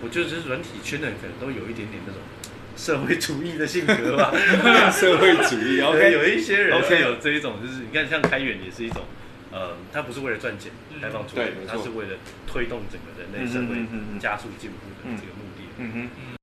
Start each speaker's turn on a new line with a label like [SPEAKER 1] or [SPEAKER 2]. [SPEAKER 1] 我觉得就是软体圈的人可能都有一点点那种社会主义的性格 吧。
[SPEAKER 2] 社会主义
[SPEAKER 1] 对，
[SPEAKER 2] ，OK，
[SPEAKER 1] 有一些人
[SPEAKER 2] OK
[SPEAKER 1] 会有这一种，就是你看像开源也是一种，呃，它不是为了赚钱
[SPEAKER 3] 嗯
[SPEAKER 1] 开放出
[SPEAKER 2] 对
[SPEAKER 1] 来
[SPEAKER 2] 没，错
[SPEAKER 1] 它是为了推动整个人类社
[SPEAKER 2] 嗯嗯嗯嗯
[SPEAKER 1] 会
[SPEAKER 2] 嗯
[SPEAKER 1] 加速进步的这个目的。
[SPEAKER 2] 嗯
[SPEAKER 3] 嗯